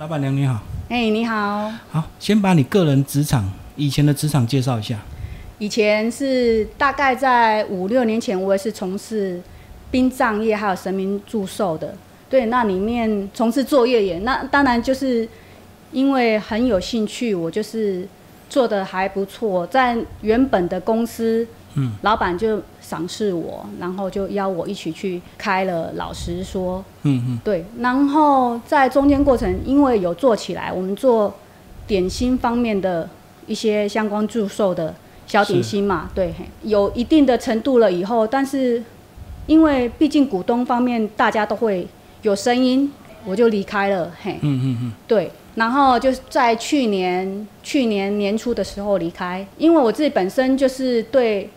老板娘你好，哎、你好，好，先把你个人职场以前的职场介绍一下。以前是大概在五六年前，我也是从事殡葬业还有神明祝寿的。对，那里面从事作业员，那当然就是因为很有兴趣，我就是做的还不错，在原本的公司，嗯，老板就赏识我，然后就邀我一起去开了老实说，嗯嗯，对，然后在中间过程，因为有做起来，我们做点心方面的一些相关祝寿的小点心嘛，对，嘿有一定的程度了以后，但是因为毕竟股东方面大家都会有声音，我就离开了，嘿，嗯嗯嗯，对，然后就是在去年去年年初的时候离开，因为我自己本身就是对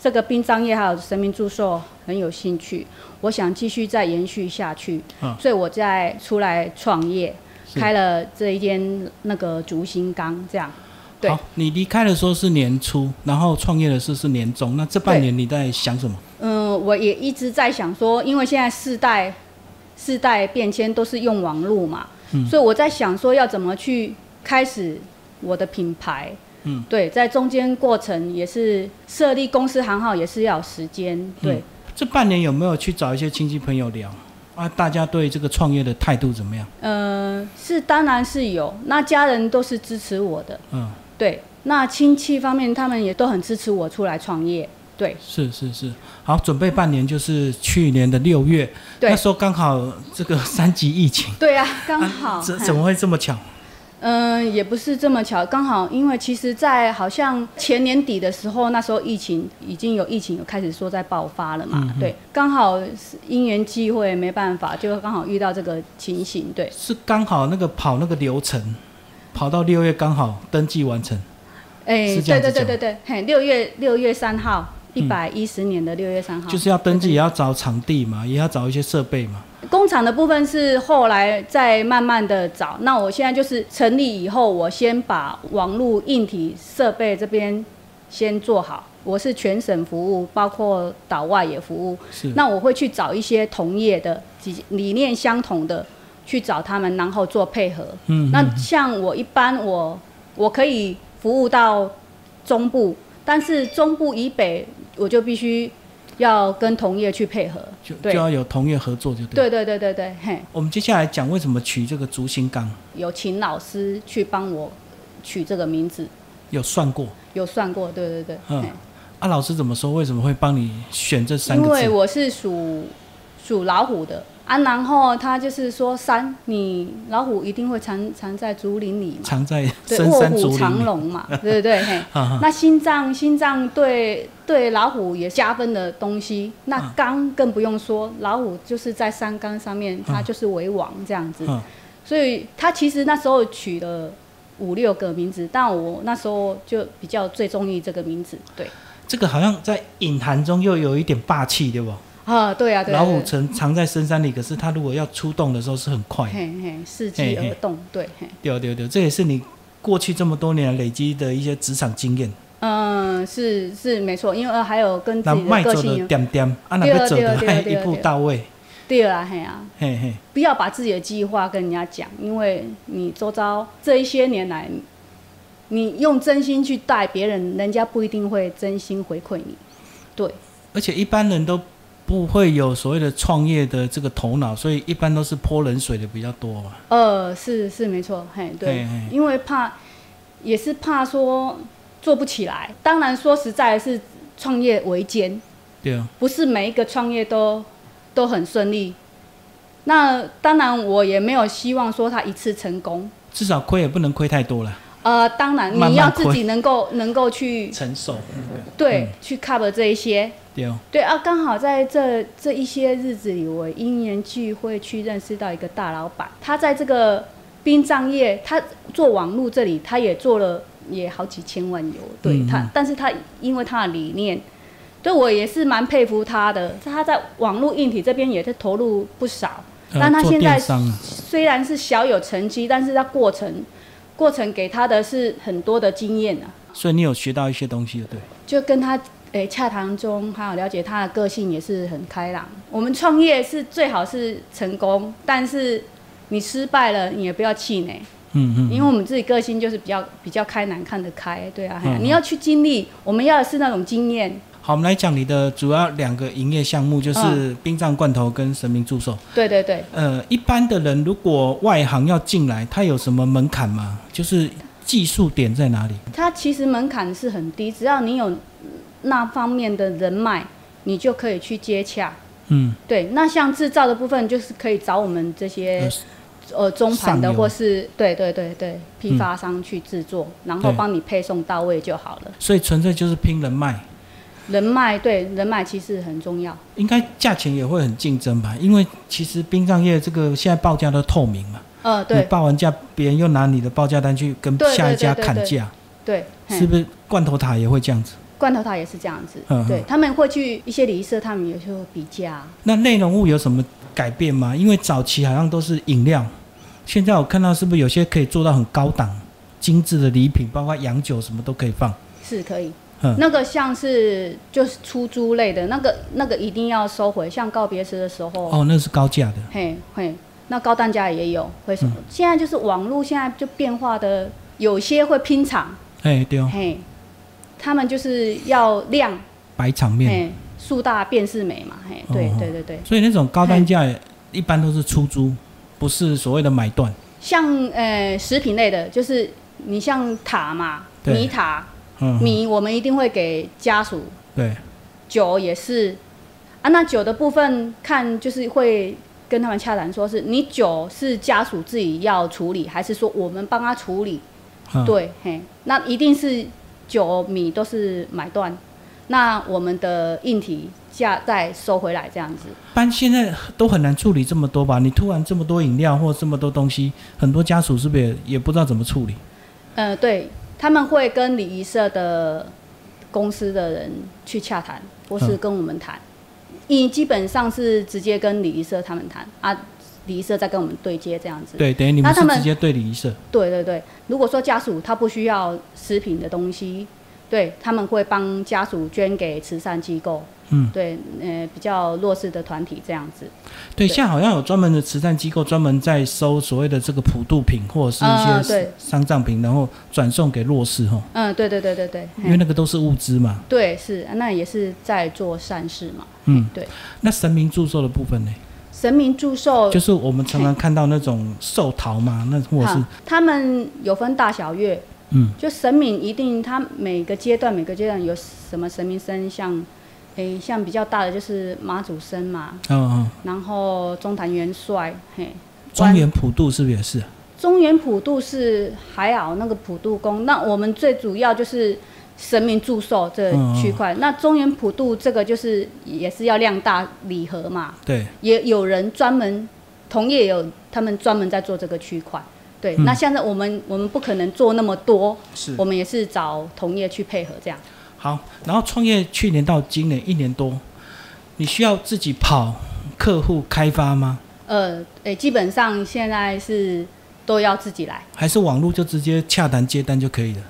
这个殡葬业还有神明祝寿很有兴趣，我想继续再延续下去，嗯所以我再出来创业，是开了这一间那个竹心缸这样。对好，你离开的时候是年初，然后创业的时候是年中，那这半年你在想什么？嗯，我也一直在想说，因为现在世代世代变迁都是用网络嘛，嗯所以我在想说要怎么去开始我的品牌。嗯，对，在中间过程也是设立公司行号也是要有时间，对，嗯这半年有没有去找一些亲戚朋友聊啊？大家对这个创业的态度怎么样？呃，是当然是有，那家人都是支持我的，嗯，对，那亲戚方面他们也都很支持我出来创业，对，是是是，好，准备半年就是去年的六月，对那时候刚好这个三级疫情，对啊，刚好，啊怎嘿怎么会这么巧？嗯，也不是这么巧，刚好因为其实，在好像前年底的时候，那时候疫情已经有疫情有开始说在爆发了嘛，嗯对，刚好是因缘际会，没办法，就刚好遇到这个情形，对，是刚好那个跑那个流程，跑到六月刚好登记完成。哎、是这对样对子对讲嗯对对，嘿，六月六月三号，一百一十年的六月三号，就是要登记，也要找场地嘛，也要找一些设备嘛。工厂的部分是后来再慢慢的找。那我现在就是成立以后，我先把网络硬体设备这边先做好。我是全省服务，包括岛外也服务。是，那我会去找一些同业的、几理念相同的，去找他们，然后做配合。嗯，那像我一般我我可以服务到中部，但是中部以北我就必须要跟同业去配合。就就对要有同业合作就对。，对对对对对，嘿。我们接下来讲为什么取这个竹心缸，有请老师去帮我取这个名字，有算过有算过，对对对，嗯嘿啊？老师怎么说？为什么会帮你选这三因个为字？我是属属老虎的啊，然后他就是说山，你老虎一定会藏藏在竹林里嘛，藏在对，深卧山竹虎林藏里。龙 嘛，对对对，嘿，哈哈，那心脏心脏对对老虎也加分的东西，那啊缸更不用说，老虎就是在山冈上面，啊它就是为王这样子，嗯，所以他其实那时候取了五六个名字，但我那时候就比较最中意这个名字。对，这个好像在隐含中又有一点霸气，对不？啊，对啊，对啊老虎对啊藏藏在深山里，可是它如果要出动的时候是很快的。嘿嘿，伺机而动，对，嘿，对对对，这也是你过去这么多年累积的一些职场经验。嗯，是是没错，因为呃还有跟自那己卖的做个性的有点点，啊，那对个做对的对还对一步对啊到位。对啊，嘿啊，嘿嘿，不要把自己的计划跟人家讲，因为你周遭这一些年来，你用真心去待别人，人家不一定会真心回馈你。对，而且一般人都不会有所谓的创业的这个头脑，所以一般都是泼冷水的比较多嘛。呃，是是没错，嘿，对，嘿嘿因为怕也是怕说做不起来。当然说实在是创业维艰，对啊，不是每一个创业都都很顺利。那当然我也没有希望说他一次成功。至少亏也不能亏太多了，呃，当然慢慢嗯你要自己亏能够能 够去承受。对、去 cover 这一些。对啊，对啊，刚好在这这一些日子里，我因缘际会去认识到一个大老板，他在这个殡葬业，他做网络这里，他也做了也好几千万游，对、嗯嗯他，但是他因为他的理念，对我也是蛮佩服他的，他在网络硬体这边也是投入不少，呃但他做现在电商啊，虽然是小有成绩，但是他过程过程给他的是很多的经验啊。所以你有学到一些东西的，对。就跟他诶、洽谈中，还有了解他的个性也是很开朗。我们创业是最好是成功，但是你失败了，你也不要气馁，嗯嗯，因为我们自己个性就是比较比较开朗，看得开，对啊，嘿啊嗯你要去经历，我们要的是那种经验，好，我们来讲你的主要两个营业项目，嗯就是殡葬罐头跟神明祝寿。对对对，呃，一般的人如果外行要进来，他有什么门槛吗？就是技术点在哪里？它其实门槛是很低，只要你有那方面的人脉，你就可以去接洽。嗯，对，那像制造的部分，就是可以找我们这些呃呃中盘上的，游嗯或是对对对对批发商去制作，然后帮你配送到位就好了。所以纯粹就是拼人脉，人脉对人脉其实很重要。应该价钱也会很竞争吧？因为其实殡葬业这个现在报价都透明嘛，呃，你对报完价，别人又拿你的报价单去跟对对下一家对对砍对价，对，嘿是不是？罐头塔也会这样子。罐头塔也是这样子。嗯嗯对，他们会去一些礼仪社，他们也就会比价啊。那内容物有什么改变吗？因为早期好像都是饮料，现在我看到是不是有些可以做到很高档、精致的礼品，包括洋酒什么都可以放。是可以嗯。那个像是就是出租类的那个那个一定要收回，像告别式的时候，哦，那是高价的。嘿嘿，那高单价也有会收。嗯现在就是网络现在就变化的，有些会拼场，哎，对哦，嘿，他们就是要量，白场面。嘿，树大便是美嘛，嘿，对哦哦对对对。所以那种高单价一般都是出租，不是所谓的买断。像呃食品类的，就是你像塔嘛，对米塔嗯，米，我们一定会给家属对，酒也是啊，那酒的部分看就是会跟他们洽谈，说是你酒是家属自己要处理，还是说我们帮他处理？嗯，对，嘿，那一定是酒米都是买断，那我们的硬体价再收回来这样子。一般现在都很难处理这么多吧？你突然这么多饮料或这么多东西，很多家属是不是也也不知道怎么处理？呃，对，他们会跟礼仪社的公司的人去洽谈，或是跟我们谈。你基本上是直接跟礼仪社他们谈啊，礼仪社再跟我们对接这样子。对，等于你们那是他们直接对礼仪社。对对对，如果说家属他不需要食品的东西，对他们会帮家属捐给慈善机构，嗯，对，呃，比较弱势的团体这样子，对，对现在好像有专门的慈善机构专门在收所谓的这个普渡品或者是啊一些对丧葬品，然后转送给弱势哈，嗯，对对对对对，因为嘿那个都是物资嘛。对是，那也是在做善事嘛，嗯，对。那神明祝寿的部分呢，神明祝寿就，是我们常常看到那种寿桃嘛，那或者是哈他们有分大小月，嗯，就神明一定他每个阶段每个阶段有什么神明生，像，诶，像比较大的就是妈祖生嘛，嗯嗯，然后中坛元帅，嘿，庄园普渡是不是也是啊？中原普渡是还好，那个普渡宫，那我们最主要就是神明祝寿这嗯嗯区块。那中原普渡这个就是也是要量大礼盒嘛，对，也有人专门同业有他们专门在做这个区块。对，嗯那现在我们我们不可能做那么多，是我们也是找同业去配合这样。好。然后创业去年到今年一年多，你需要自己跑客户开发吗？呃，诶、基本上现在是都要自己来。还是网络就直接洽谈接单就可以了？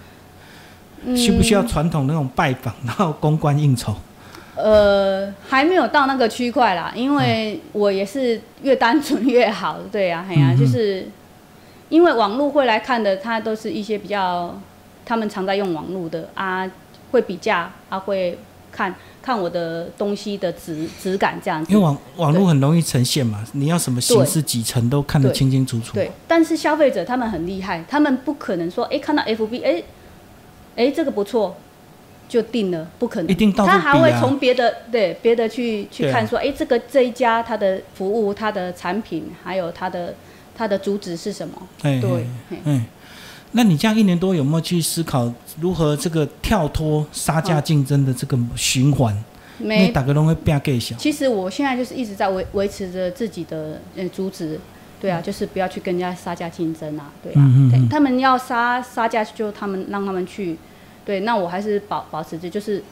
嗯需不需要传统那种拜访，然后公关应酬？呃，还没有到那个区块啦，因为我也是越单纯越好， 对呀、啊，嘿呀、嗯哼就是因为网络会来看的，它都是一些比较他们常在用网络的啊，会比价啊，会看看我的东西的质质感这样子因为。网网络很容易呈现嘛，你要什么形式几层都看得清清楚楚。对，但是消费者他们很厉害，他们不可能说，哎，看到 FB，哎，哎，这个不错，就定了，不可能，一定到处他还会比啊从别的对别的去去对啊看说，哎、这个这一家它的服务、它的产品，还有它的它的主旨是什么？哎，对，嘿嗯，那你这样一年多有没有去思考如何这个跳脱杀价竞争的这个循环？因为没。大家都会变更小。其实我现在就是一直在维维持着自己的呃主旨，对啊，就是不要去跟人家杀价竞争啊，对啊，嗯嗯嗯嗯对他们要杀杀价就他们让他们去，对，那我还是保保持着就是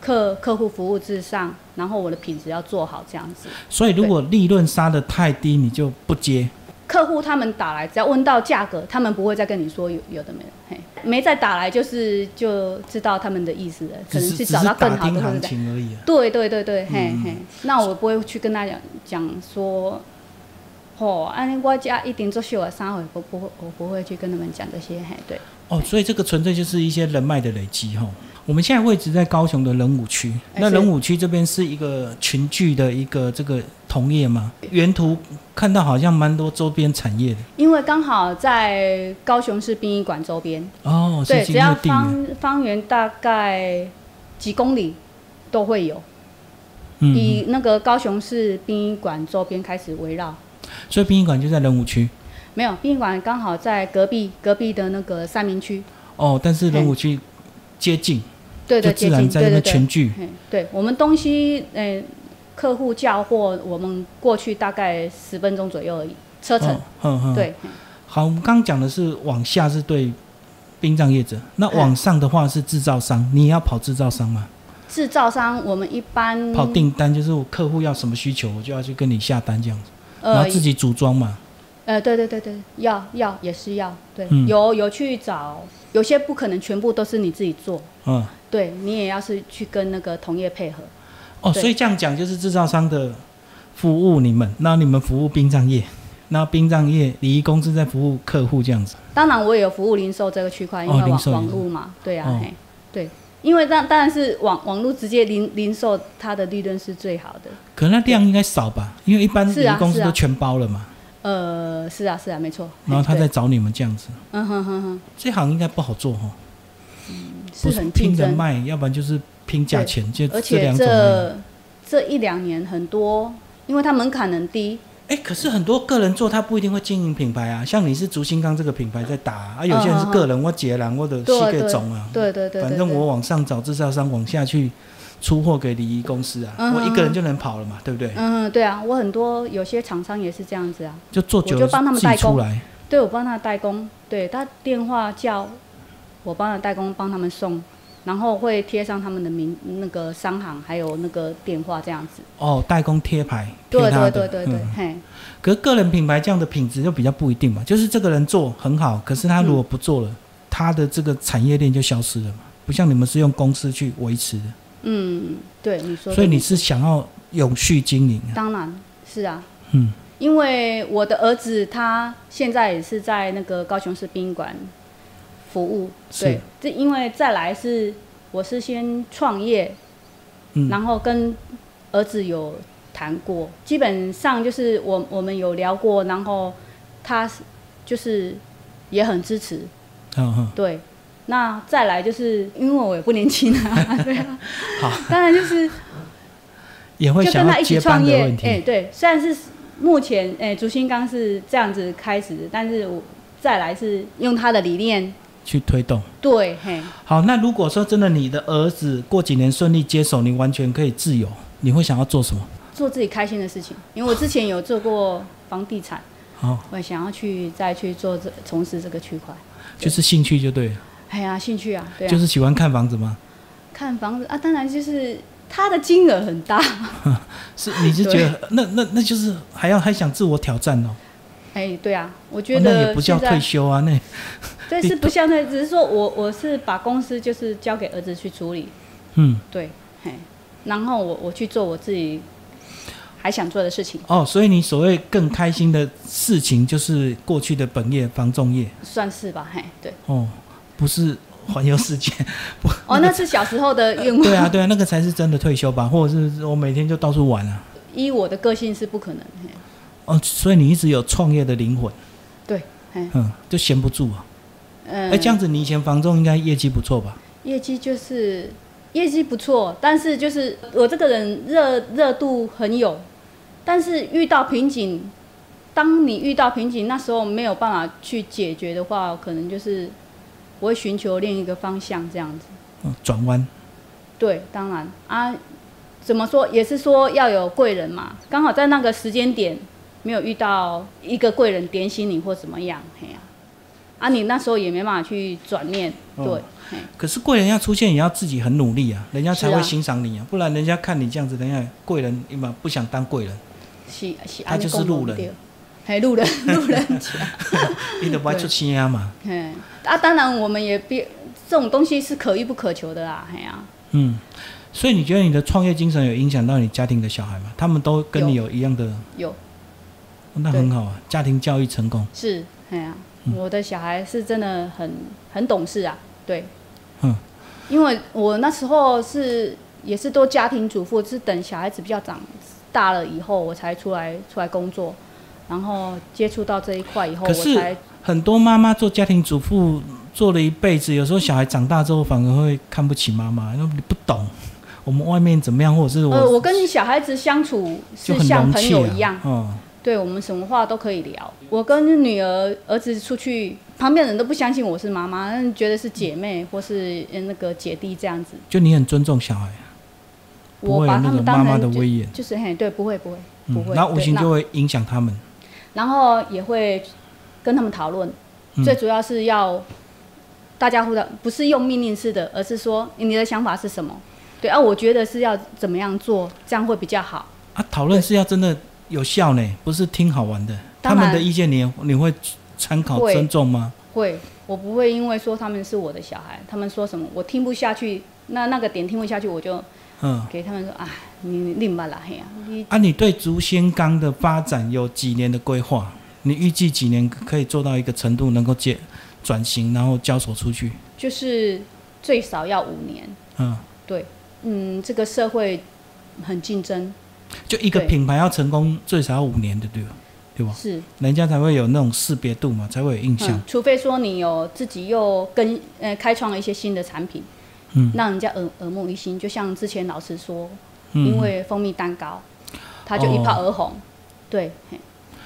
客客户服务至上，然后我的品质要做好这样子。所以如果利润杀的太低，你就不接。客户他们打来，只要问到价格，他们不会再跟你说有有的没的，嘿，没再打来就是就知道他们的意思了，可只能是只是找到更打好的，听对不行对？情而已、啊。对对对对，嘿嗯嘿，那我不会去跟他讲讲说，吼、安尼我家一定做秀啊，三回不不会，我不会去跟他们讲这些，嘿，对，哦，所以这个纯粹就是一些人脉的累积哈。我们现在位置在高雄的仁武区，哎那是仁武区这边是一个群聚的一个这个同业嘛，沿途看到好像蛮多周边产业的因为刚好在高雄市殡仪馆周边，哦，对，是只经要过地缘，方方圆大概几公里都会有，嗯，以那个高雄市殡仪馆周边开始围绕。所以殡仪馆就在仁武区没有，殡仪馆刚好在隔壁隔壁的那个三明区，哦，但是仁武区接近，哎对就对，自接然近，在那对边对对群，聚，嘿对我们东西，诶、客户叫货，我们过去大概十分钟左右而已，车程，哦，嗯嗯，对，嘿好，我们刚刚讲的是往下是对殡葬业者，那嗯往上的话是制造商，你也要跑制造商嘛？制造商我们一般跑订单就是我客户要什么需求，我就要去跟你下单这样子，然呃后自己组装嘛。呃，对对对对，要要也是要，对，嗯有有去找，有些不可能全部都是你自己做，嗯，对你也要是去跟那个同业配合，哦，对所以这样讲就是制造商的服务你们，那你们服务殡葬业，那殡葬业礼仪公司在服务客户这样子。当然，我也有服务零售这个区块，因哦为零网售网零售络嘛，对啊，哦嘿，对，因为当当然是网网络直接零零售，它的利润是最好的。可能那量应该少吧，因为一般是礼啊仪公司是啊都全包了嘛，呃，是啊，是啊，没错。然后他嘿再，找你们这样子，对嗯哼哼哼，这行应该不好做哦，是不是很拼竞人争，脉，要不然就是拼价钱，就这而且两种而已。这这一两年很多，因为它门槛很低，哎，可是很多个人做，他不一定会经营品牌啊。像你是竹心刚这个品牌在打啊，啊有些人是个人，我解囊，我的膝盖肿啊，对嗯对对对。反正对我往上找制造商，往下去出货给礼仪公司啊，嗯我一个人就能跑了嘛，对不对？嗯，对啊，我很多有些厂商也是这样子啊，就做久我了就帮他们自己代工出来，对我帮他代工，对他电话叫我帮他代工，帮他们送，然后会贴上他们的名、那个商行，还有那个电话这样子。哦，代工贴牌，对贴他对的对对对，嗯嘿，可是个人品牌这样的品质就比较不一定嘛，就是这个人做很好，可是他如果不做嗯了，他的这个产业链就消失了嘛，不像你们是用公司去维持的，嗯，对你说的。所以你是想要永续经营啊，当然是啊，嗯。因为我的儿子他现在也是在那个高雄市宾馆服务，对是，这因为再来是我是先创业，嗯然后跟儿子有谈过，基本上就是我我们有聊过，然后他是就是也很支持，嗯嗯，对。那再来就是因为我也不年轻啊，对啊， 好，当然就是也会就想跟他要一起接创班的业问，题。哎、对，虽然是目前哎、竹新刚是这样子开始的，但是我再来是用他的理念，去推动。对，嘿，好，那如果说真的你的儿子过几年顺利接手，你完全可以自由，你会想要做什么？做自己开心的事情。因为我之前有做过房地产，哦，我想要去再去做这从事这个区块，就是兴趣就对了，哎呀，兴趣啊，对啊，就是喜欢看房子吗？看房子啊，当然就是它的金额很大，是，你是觉得那那那就是还要还想自我挑战哦，哎、对啊，我觉哦那也得不叫退现在休啊，那 对是不像那，只是说我我是把公司就是交给儿子去处理，嗯对，嘿，然后我我去做我自己还想做的事情，哦，所以你所谓更开心的事情就是过去的本业房仲业算是吧，嘿， 对。哦，不是环游世 界，不哦，那是小时候的愿望。对啊对啊，那个才是真的退休吧，或者是我每天就到处玩啊。依我的个性是不可能，嘿，哦，所以你一直有创业的灵魂，对，嘿，嗯，就闲不住啊。嗯、哎、这样子你以前房仲应该业绩不错吧？业绩就是业绩不错，但是就是我这个人热热度很有，但是遇到瓶颈，当你遇到瓶颈，那时候没有办法去解决的话，可能就是我会寻求另一个方向这样子。嗯，转弯对，当然啊，怎么说也是说要有贵人嘛，刚好在那个时间点没有遇到一个贵人点醒你或怎么样，嘿呀、啊，你那时候也没办法去转念，对，哦嘿，可是贵人要出现，也要自己很努力啊，人家才是啊会欣赏你啊，不然人家看你这样子，人家贵人一般不想当贵 人，是是，他就是路人，嘿，路人 路人甲，你得不爱出声啊嘛。嘿，啊，当然我们也别这种东西是可遇不可求的啦，嘿啊呀、嗯，所以你觉得你的创业精神有影响到你家庭的小孩吗？他们都跟你有一样的有那很好啊，家庭教育成功。是，哎呀、嗯我的小孩是真的很很懂事啊，对，嗯，因为我那时候是也是都家庭主妇，是等小孩子比较长大了以后，我才出来出来工作，然后接触到这一块以后，可是我才很多妈妈做家庭主妇做了一辈子，有时候小孩长大之后反而会看不起妈妈，因为你不懂我们外面怎么样，或者是我、呃，我跟你小孩子相处就是很像容朋气友啊。一样，哦，对我们什么话都可以聊。我跟女儿、儿子出去，旁边人都不相信我是妈妈，但觉得是姐妹或是呃那个姐弟这样子。就你很尊重小孩，不我会有把那他种们妈当妈的成就威严，就是嘿，对，不会不会不嗯，会。然后无对形那就会影响他们。然后也会跟他们讨论，嗯最主要是要大家互相不是用命令式的，而是说你的想法是什么。对啊，我觉得是要怎么样做，这样会比较好。啊，讨论是要真的有效呢，不是听好玩的。他当然们的意见你你会参考会尊重吗？会，我不会因为说他们是我的小孩，他们说什么我听不下去，那那个点听不下去，我就嗯，给他们说啊，你另吧啦嘿呀、你啊，你对竹仙冈的发展有几年的规划？你预计几年可以做到一个程度，能够接转型，然后交手出去？就是最少要五年。嗯，嗯，这个社会很竞争，就一个对品牌要成功，最少要五年的对吧？对吧？是，人家才会有那种识别度嘛，才会有印象嗯。，除非说你有自己又跟呃开创了一些新的产品，嗯让人家耳耳目一新。就像之前老师说，嗯，因为蜂蜜蛋糕，他就一哦炮而红。对，嘿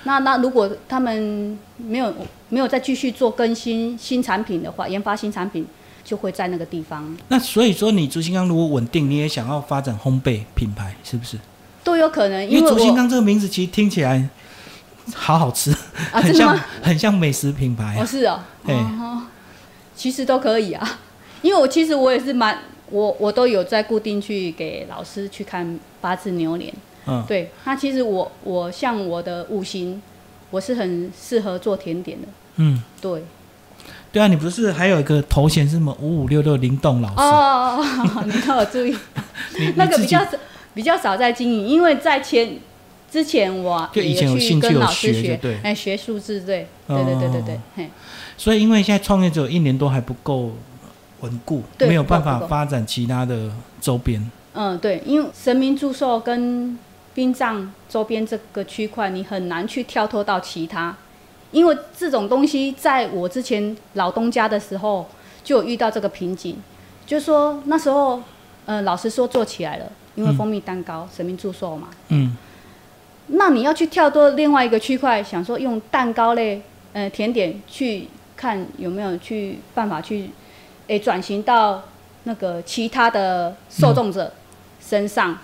那那如果他们没有没有再继续做更新新产品的话，研发新产品就会在那个地方那所以说，你竹心冈如果稳定，你也想要发展烘焙品牌，是不是？都有可能，因呃因为竹心我冈这个名字其实听起来好好吃，啊，很真的像吗？很像美食品牌我啊、是哦，嘿哦，其实都可以啊， 因为我其实我也是蛮我我都有在固定去给老师去看八字牛年。嗯，对，那其实我我像我的五行，我是很适合做甜点的。嗯，对，对啊，你不是还有一个头衔是什么五五六六灵动老师？哦， 你都有注意， 你那个你自己比较少比较少在经营，因为在前之前我就也以前有去兴趣跟有老师学就学对，哎，学数字，对，对对对对对哦，嘿，所以因为现在创业只有一年多还不够稳固，对没有办不法够不够发展其他的周边。嗯，对，因为神明祝寿跟殡葬周边这个区块，你很难去跳脱到其他，因为这种东西在我之前老东家的时候就有遇到这个瓶颈，就说那时候，呃，老实说做起来了，因为嗯蜂蜜蛋糕、神明祝寿嘛，嗯，那你要去跳多另外一个区块，想说用蛋糕类，呃，甜点去看有没有去办法去，诶、转型到那个其他的受众者身上。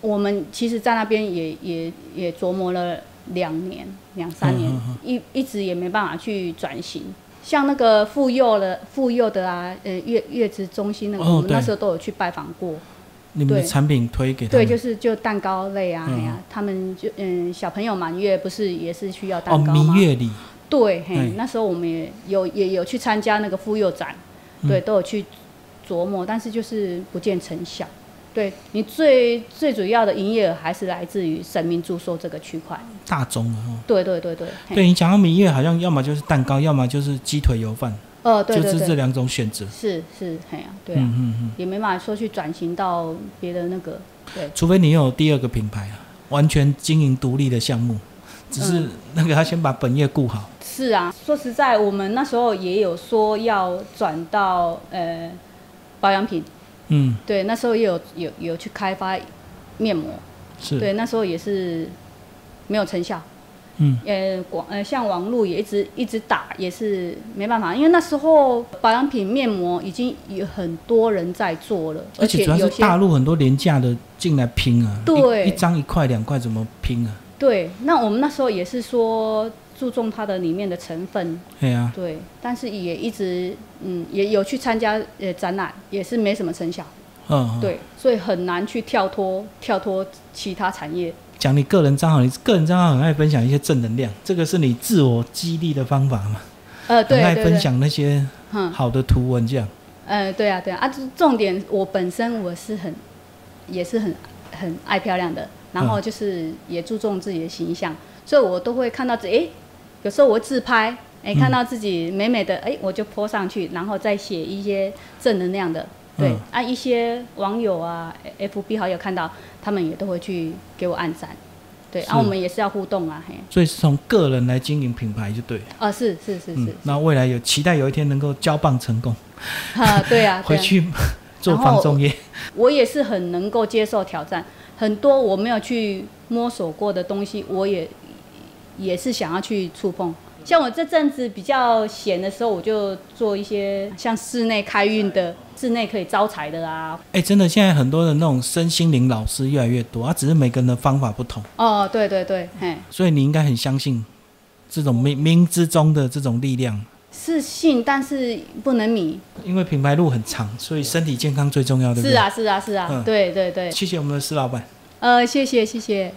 我们其实，在那边也也也琢磨了两年、两三年，嗯嗯一一直也没办法去转型。像那个妇幼的、妇幼的啊，呃，月月子中心那个，哦我们那对时候都有去拜访过。你们的对产品推给他对，们，就是就蛋糕类啊，嗯哎呀、他们就嗯，小朋友满月不是也是需要哦，蛋糕吗？蜜月礼，对，嘿，嗯那时候我们也有也有去参加那个妇幼展，嗯对，都有去琢磨，但是就是不见成效。对你最最主要的营业额还是来自于神明祝寿这个区块。大宗啊。哦对对对对，嘿，对你讲到蜜月，好像要么就是蛋糕，要么就是鸡腿油饭，呃，对对就是这对，两种选择。是是，嘿呀、对啊，嗯嗯嗯，也没办法说去转型到别的那个，对，除非你有第二个品牌啊，完全经营独立的项目，只是嗯那个要先把本业顾好。是啊，说实在，我们那时候也有说要转到呃保养品，嗯，对，那时候也有有有去开发面膜，是，对，那时候也是没有成效。嗯，呃，广呃，像网络也一直一直打，也是没办法，因为那时候保养品面膜已经有很多人在做了，而而且且主要有是些大陆很多廉价的进来拼啊，一对一张一块两块怎么拼啊？对，那我们那时候也是说注重它的里面的成分，对啊，对，但是也一直嗯，也有去参加呃展览，也是没什么成效，嗯，嗯对，所以很难去跳脱跳脱其他产业。讲你个人账号，你个人账号很爱分享一些正能量，这个是你自我激励的方法嘛？呃，对很爱对分对，享那些嗯，好的图文，这样呃，对啊，对啊，啊，就是重点我本身我是很嗯也是很很爱漂亮的，然后就是也注重自己的形象，所以我都会看到自己，哎，有时候我会自拍，哎，嗯看到自己美美的，哎，我就 po 上去，然后再写一些正能量的。对、嗯啊，一些网友啊，FB 好友看到，他们也都会去给我按赞。对，啊，是我们也是要互动啊，嘿，所以是从个人来经营品牌就对了。啊，是是是嗯是，，那未来有期待有一天能够交棒成功，啊，对啊，回对啊去做防重业。我也是很能够接受挑战，很多我没有去摸索过的东西，我也也是想要去触碰。像我这阵子比较闲的时候，我就做一些像室内开运的、室内可以招财的啊。哎、真的，现在很多的那种身心灵老师越来越多，啊，只是每个人的方法不同，哦，对对对，嘿，所以你应该很相信这种冥冥之中的这种力量。是信，但是不能迷。因为品牌路很长，所以身体健康最重要，对不对？啊是。啊，是啊，是啊，嗯对对对。谢谢我们的施老板。呃，谢谢谢谢。